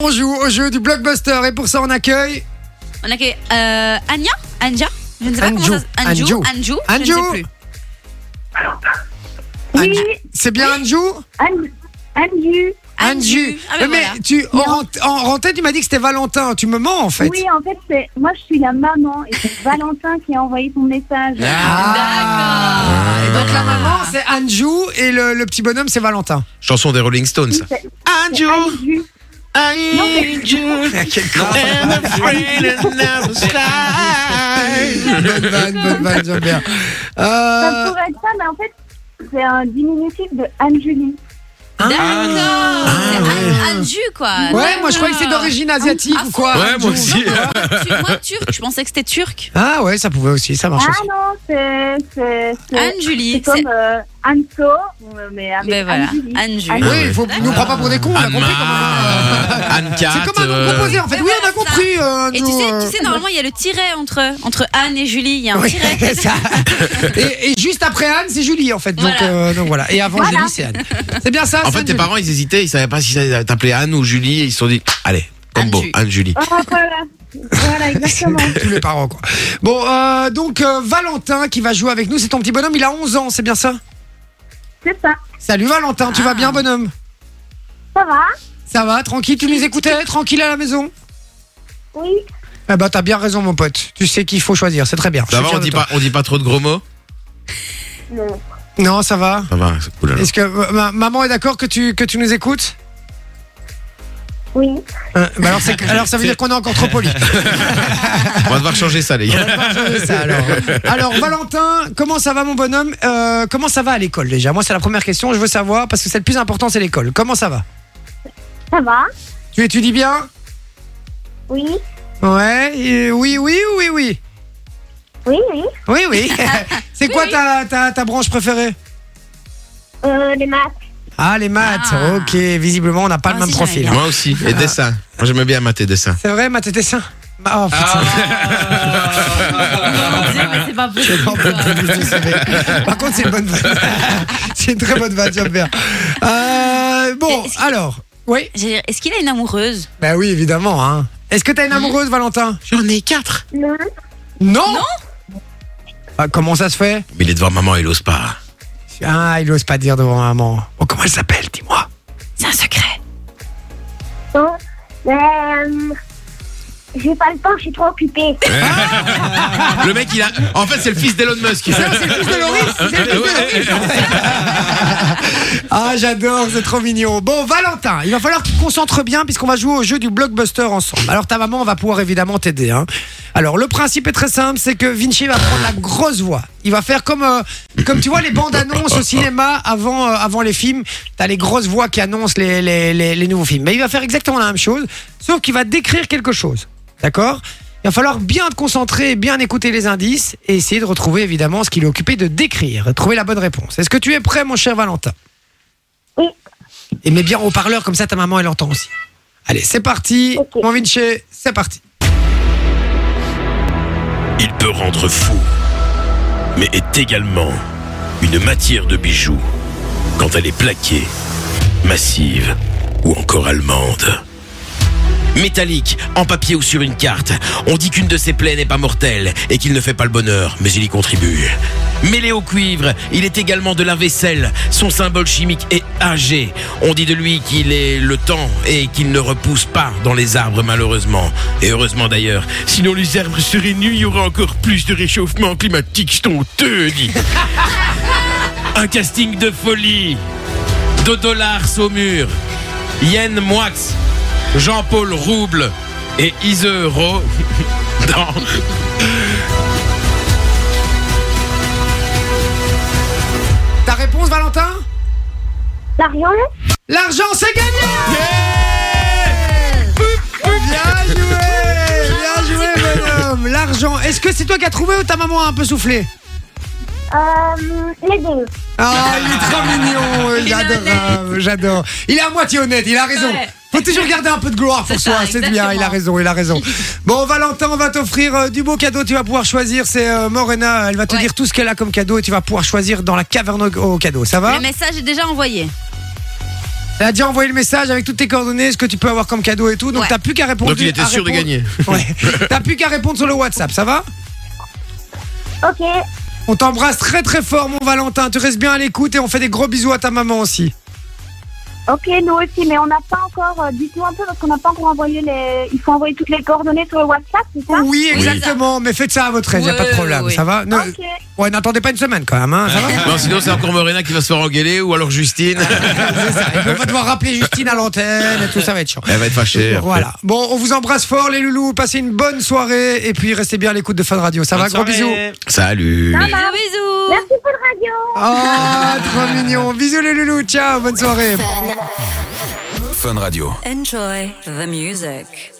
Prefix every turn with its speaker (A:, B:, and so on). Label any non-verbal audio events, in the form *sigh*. A: On joue au jeu du blockbuster et pour ça on accueille
B: On a que euh, Anya Anja Je ne sais pas
A: Anju.
B: comment ça Anju
A: Anju.
B: Anju,
A: Anju.
B: Je ne sais plus.
C: Oui,
A: Anju. C'est bien Anju
C: Anne, Anju.
A: Anju.
B: Ah, mais
A: Euh, mais
B: voilà.
A: tu en, rent- en rentrée tu m'as dit que c'était Valentin, tu me mens en fait.
C: Oui, en fait, c'est moi, je suis la maman et c'est Valentin qui a envoyé ton message.
A: Ah.
B: D'accord.
A: Et donc la maman c'est Anju et le, le petit bonhomme c'est Valentin.
D: Chanson des Rolling Stones.
C: Oui, c'est- c'est
A: Anju
C: Anju. Non, mais-
A: Quel con. Bonne vanne, bonne vanne, j'aime bien.
C: Ça
A: Euh,
C: pourrait être ça, mais en fait, c'est un diminutif de Anjuli.
A: hein
B: D'accord. C'est
A: ouais.
B: An- Anju quoi.
A: Ah. Ouais, moi je croyais que c'était d'origine asiatique
B: Ah,
A: ou quoi.
D: Ouais, moi
A: Anju.
D: aussi.
B: Tu, moi turc, je pensais que c'était turc.
A: Ah ouais, ça pouvait aussi, ça marche
C: Ah
A: aussi.
C: non, c'est. c'est- C'est
B: Anjuli.
C: c'est comme euh, Anso, mais avec
B: Ben voilà,
C: Anjuli.
B: Anju.
C: Anju.
A: Oui, il faut nous prend pas pour des cons, on a compris comment. euh,
D: Anne-Cat.
A: C'est comme un nom composé en fait.
B: Mais
A: Oui, on a
B: voilà, ça.
A: compris. euh,
B: Et tu
A: nous,
B: sais,
A: euh,
B: tu sais, normalement, il y a le tiret entre, entre Anne et Julie. Il y a un
A: Ah Oui,
B: tiret.
A: ça. Et, et juste après Anne, c'est Julie en fait. Donc
B: Voilà.
A: euh, donc voilà. Et avant Julie, c'est Anne. C'est bien ça.
D: En
A: c'est
D: fait, tes
A: Julie.
D: parents, ils hésitaient, ils savaient pas si ça t'appelait Anne ou Julie, et ils se sont dit, allez, combo,
B: Anne-Julie.
D: Anne-Julie.
C: Ah, voilà. Voilà, exactement.
A: Tous les parents quoi. Bon, euh, donc euh, Valentin qui va jouer avec nous, c'est ton petit bonhomme. Il a 11 ans, c'est bien ça.
C: C'est ça.
A: Salut Valentin, tu
B: Ah.
A: vas bien bonhomme
C: Ça va
A: Ça va, tranquille. Tu nous écoutais, tranquille à la maison.
C: Oui.
A: Eh ben t'as bien raison mon pote. Tu sais qu'il faut choisir, c'est très bien. Je suis
D: D'abord,
A: fier
D: on
A: de
D: dit
A: toi.
D: pas, on dit pas trop de gros mots.
C: Non.
A: Non, ça va.
D: Ça va, c'est cool alors.
A: Est-ce que euh, ma- maman est d'accord que tu que tu nous écoutes
C: Oui.
A: Euh, bah alors, c'est- alors ça veut dire qu'on est encore trop poli.
D: On va devoir changer ça, les gars.
A: *laughs* Ça, alors. Alors, Valentin, comment ça va mon bonhomme Euh, Comment ça va à l'école déjà Moi c'est la première question, je veux savoir parce que c'est le plus important c'est l'école. Comment ça va
C: Ça va
A: Tu étudies bien
C: Oui.
A: Ouais, euh, oui, oui, oui, oui.
C: Oui, oui.
A: Oui,
B: *laughs*
A: oui. c'est quoi
B: Oui,
A: ta, ta, ta branche préférée
C: Euh, les maths.
A: Ah, les maths.
B: Ah.
A: Ok, visiblement on n'a pas le
B: Moi
A: même
B: aussi,
A: profil.
B: j'aimais
A: hein.
D: Moi aussi. Et dessin. Moi, j'aimais bien mater dessin.
A: C'est vrai, maths et dessin Oh putain.
B: Ah.
A: *laughs*
B: Mon Dieu, mais c'est pas possible.
A: Non, pas de publicité, c'est vrai. Par contre, c'est une bonne vanne. *laughs* c'est une très bonne vanne, j'aime bien. Euh, bon,
B: Est-ce
A: alors. Oui.
B: J'ai dit, Est-ce qu'il a une amoureuse
A: Bah oui, évidemment. Hein. Est-ce que t'as une amoureuse, Valentin
D: J'en ai quatre.
C: Non.
A: Non Ah, Comment ça se fait
D: Mais il est devant maman, il ose pas.
A: Ah, il ose pas dire devant maman. Oh, comment elle s'appelle Dis-moi.
B: C'est un secret.
C: Non. Euh, j'ai pas le temps, je suis trop occupée.
D: Le mec, il a, en fait, c'est le fils d'Elon Musk.
A: C'est le fils de Loris, c'est le fils de Loris, en fait. Ah, j'adore, c'est trop mignon. Bon, Valentin, il va falloir que tu te concentres bien puisqu'on va jouer au jeu du blockbuster ensemble. Alors, ta maman va pouvoir évidemment t'aider. hein. Alors, le principe est très simple c'est que Vinci va prendre la grosse voix. Il va faire comme, euh, comme tu vois, les bandes annonces au cinéma avant, euh, avant les films. T'as les grosses voix qui annoncent les, les- les- les nouveaux films. Mais il va faire exactement la même chose, sauf qu'il va décrire quelque chose. D'accord il va falloir bien te concentrer, bien écouter les indices et essayer de retrouver évidemment ce qu'il est occupé de décrire, trouver la bonne réponse. Est-ce que tu es prêt, mon cher Valentin
C: Oui.
A: Et mets bien en haut-parleur, comme ça ta maman elle entend aussi. Allez, c'est parti,
C: Ok.
A: mon Vinci, c'est parti.
E: Il peut rendre fou, mais est également une matière de bijoux quand elle est plaquée, massive ou encore allemande.
D: Métallique, en papier ou sur une carte. On dit qu'une de ses plaies n'est pas mortelle et qu'il ne fait pas le bonheur, mais il y contribue. Mêlé au cuivre, il est également de la vaisselle. Son symbole chimique est AG. On dit de lui qu'il est le temps et qu'il ne repousse pas dans les arbres malheureusement. Et heureusement d'ailleurs, sinon les arbres seraient nus, il y aura encore plus de réchauffement climatique, je honteux, dit. Un casting de folie. De dollars Saumur. Yen Moix. Jean-Paul Rouble et *laughs* Iseuro dans
A: Ta réponse, Valentin
C: Marion
A: L'argent, c'est gagné Bien joué Bien joué, bonhomme L'argent, est-ce que c'est toi qui as trouvé ou ta maman a un peu soufflé
C: euh, Les deux.
A: Ah, il est trop mignon, euh,
B: *laughs* Il est
A: j'adore, j'adore. Il est à moitié honnête, il a raison.
B: Ouais.
A: Faut toujours garder un peu de gloire pour
B: C'est ça,
A: soi, c'est bien, il a
B: exactement.
A: raison, il a
B: *laughs*
A: raison. Bon, Valentin, on va t'offrir euh, du beau cadeau, tu vas pouvoir choisir, c'est euh, Morena, elle va te
B: Ouais.
A: dire tout ce qu'elle a comme cadeau et tu vas pouvoir choisir dans la caverne au, au cadeau, ça va
B: Le message est déjà envoyé.
A: Elle a déjà envoyé le message avec toutes tes coordonnées, ce que tu peux avoir comme cadeau et tout. Donc
B: Ouais.
A: t'as plus qu'à répondre.
D: Donc, il était
A: à
D: sûr de
A: répondre-
D: *laughs* gagner.
A: *laughs* Ouais. T'as plus qu'à répondre sur le WhatsApp, ça va
C: Ok,
A: On t'embrasse très très fort, mon Valentin. Tu restes bien à l'écoute et on fait des gros bisous à ta maman aussi.
C: ok, nous aussi, mais on n'a pas encore, euh, dites-nous un peu, parce qu'on n'a pas encore envoyé les. Il faut envoyer toutes les coordonnées sur le WhatsApp, c'est ça
A: Oui, exactement. Mais faites ça à votre aise, y a pas de
B: Ouais,
A: problème.
B: ouais.
A: Ça va Ne-
C: Ok.
A: Ouais, n'attendez pas une semaine quand même. Hein. Ça va
D: Non, sinon, c'est encore Morena qui va se faire engueuler ou alors Justine.
A: C'est ça. Et puis, On va devoir rappeler Justine à l'antenne et tout, ça va être chiant.
D: Elle va être fâchée. après.
A: Voilà. Bon, on vous embrasse fort, les loulous. Passez une bonne soirée et puis restez bien à l'écoute de Fun Radio. Ça va, gros bisous.
D: Salut.
B: Bisous, bisous.
C: Ah. Merci pour le radio
A: Ah, trop mignon. Bisous, les loulous. Ciao, bonne soirée.
F: Fun Radio.
G: Enjoy the music.